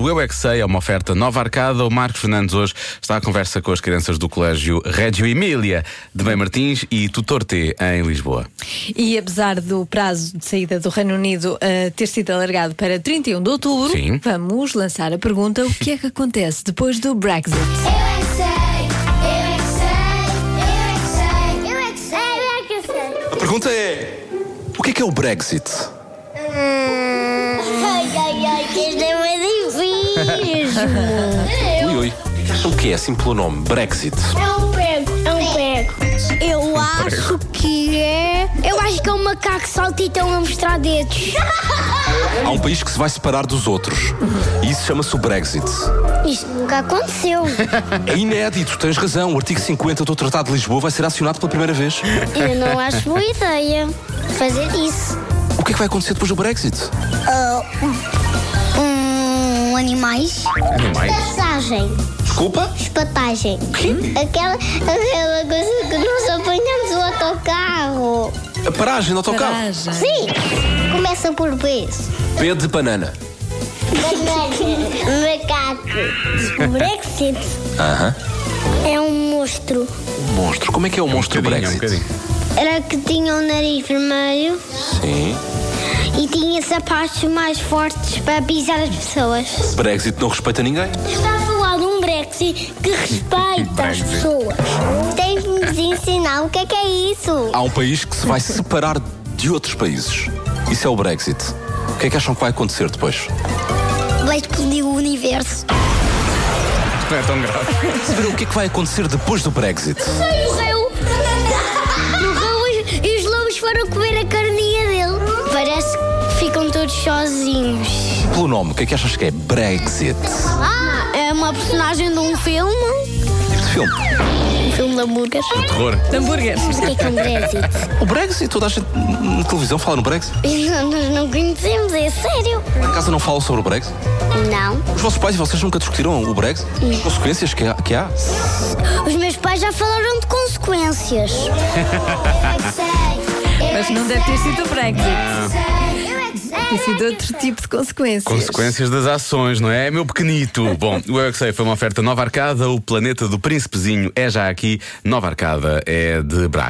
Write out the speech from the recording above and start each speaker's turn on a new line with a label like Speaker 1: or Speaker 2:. Speaker 1: O Eu é que sei é uma oferta nova arcada. O Marcos Fernandes hoje está à conversa com as crianças do Colégio Régio Emília de Bem Martins e Tutor T em Lisboa.
Speaker 2: E apesar do prazo de saída do Reino Unido eh, ter sido alargado para 31 de outubro,
Speaker 1: Sim.
Speaker 2: vamos lançar a pergunta: o que é que acontece depois do Brexit?
Speaker 3: Eu é que sei, eu é que sei, eu é que sei, eu é que sei, eu é que sei,
Speaker 4: A pergunta é: o que é que é o Brexit?
Speaker 3: Ai, ai, ai, que isto é bem difícil.
Speaker 4: Ui, ui. O que é que acham que é, assim pelo nome? Brexit.
Speaker 3: É um prego, é um prego. Eu acho que é. Eu acho que é um macaco que saltitão a mostrar dedos.
Speaker 4: Há um país que se vai separar dos outros. E isso chama-se o Brexit.
Speaker 3: Isto nunca aconteceu.
Speaker 4: É inédito, tens razão. O artigo 50 do Tratado de Lisboa vai ser acionado pela primeira vez.
Speaker 3: Eu não acho boa ideia fazer isso.
Speaker 4: O que é que vai acontecer depois do Brexit?
Speaker 3: Um, animais.
Speaker 1: é
Speaker 4: É
Speaker 3: Passagem.
Speaker 4: Desculpa?
Speaker 3: Espatagem. Aquela, aquela coisa que nós apanhamos o autocarro.
Speaker 4: A paragem no autocarro.
Speaker 2: Coragem.
Speaker 3: Sim. Começa por B.
Speaker 4: P de banana.
Speaker 3: Macaco. Brexit.
Speaker 4: Aham.
Speaker 3: É um monstro.
Speaker 4: Monstro. Como é que é o monstro do
Speaker 1: Bocadinho, um
Speaker 4: Brexit?
Speaker 1: bocadinho.
Speaker 3: Era que tinha um nariz vermelho
Speaker 4: Sim.
Speaker 3: e tinha sapatos mais fortes para pisar as pessoas.
Speaker 4: Brexit não respeita ninguém.
Speaker 3: Está a falar de um Brexit que respeita as pessoas. Tem que nos ensinar o que é que é isso.
Speaker 4: Há um país que se vai separar de outros países. Isso é o Brexit. O que é que acham que vai acontecer depois?
Speaker 3: Vai explodir o universo.
Speaker 1: Não é tão grave.
Speaker 4: Saber o que é que vai acontecer depois do Brexit.
Speaker 3: Morreu! Morreu e- e os lobos foram comer a carninha dele. Parece que ficam todos sozinhos.
Speaker 4: Pelo nome, o que é que achas que é Brexit?
Speaker 3: Ah, é uma personagem de um filme.
Speaker 4: Tipo de filme.
Speaker 3: Um filme de hambúrgueres.
Speaker 1: Terror.
Speaker 2: Hambúrguer.
Speaker 3: Mas o que é que é um Brexit?
Speaker 4: O Brexit, toda a gente na televisão fala no Brexit.
Speaker 3: Não, Nós não conhecemos, é sério.
Speaker 4: Por acaso não falam sobre o Brexit?
Speaker 3: Não.
Speaker 4: Os vossos pais e vocês nunca discutiram o Brexit? As consequências que há? Que há?
Speaker 3: Os meus pais já falaram de consequências. é
Speaker 2: Mas não deve ter sido o Brexit.
Speaker 3: Eu é que sei.
Speaker 2: Tem sido outro tipo de consequências.
Speaker 1: Consequências das ações, não é? Meu pequenito. Bom, o Eu é que sei foi uma oferta nova arcada. O planeta do príncipezinho é já aqui. Nova arcada é de Braga.